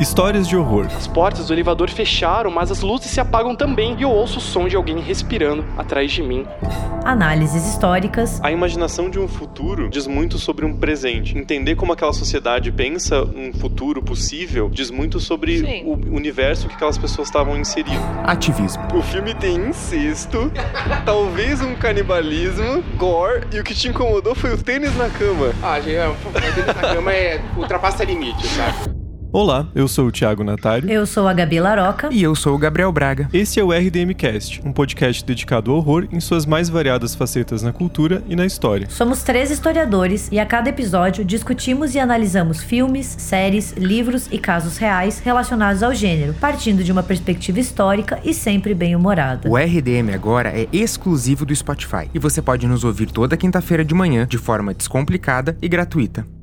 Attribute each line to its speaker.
Speaker 1: Histórias de horror.
Speaker 2: As portas do elevador fecharam, mas as luzes se apagam também e eu ouço o som de alguém respirando atrás de mim.
Speaker 3: análises históricas,
Speaker 4: A imaginação de um futuro diz muito sobre um presente. Entender como aquela sociedade pensa um futuro possível diz muito sobre
Speaker 5: Sim.
Speaker 4: o universo que aquelas pessoas estavam inseridas.
Speaker 1: Ativismo.
Speaker 6: O filme tem incesto, talvez um canibalismo, gore, e o que te incomodou foi o tênis na cama.
Speaker 7: Ah, gente, é, fazer na cama é ultrapassa limite, sabe?
Speaker 1: Olá, eu sou o Thiago Natário.
Speaker 3: eu sou a Gabi Laroca.
Speaker 8: E eu sou o Gabriel Braga.
Speaker 1: Este é o RDM Cast, um podcast dedicado ao horror em suas mais variadas facetas na cultura e na história.
Speaker 3: Somos três historiadores e a cada episódio discutimos e analisamos filmes, séries, livros e casos reais relacionados ao gênero, partindo de uma perspectiva histórica e sempre bem humorada.
Speaker 8: O RDM agora é exclusivo do Spotify e você pode nos ouvir toda quinta-feira de manhã de forma descomplicada e gratuita.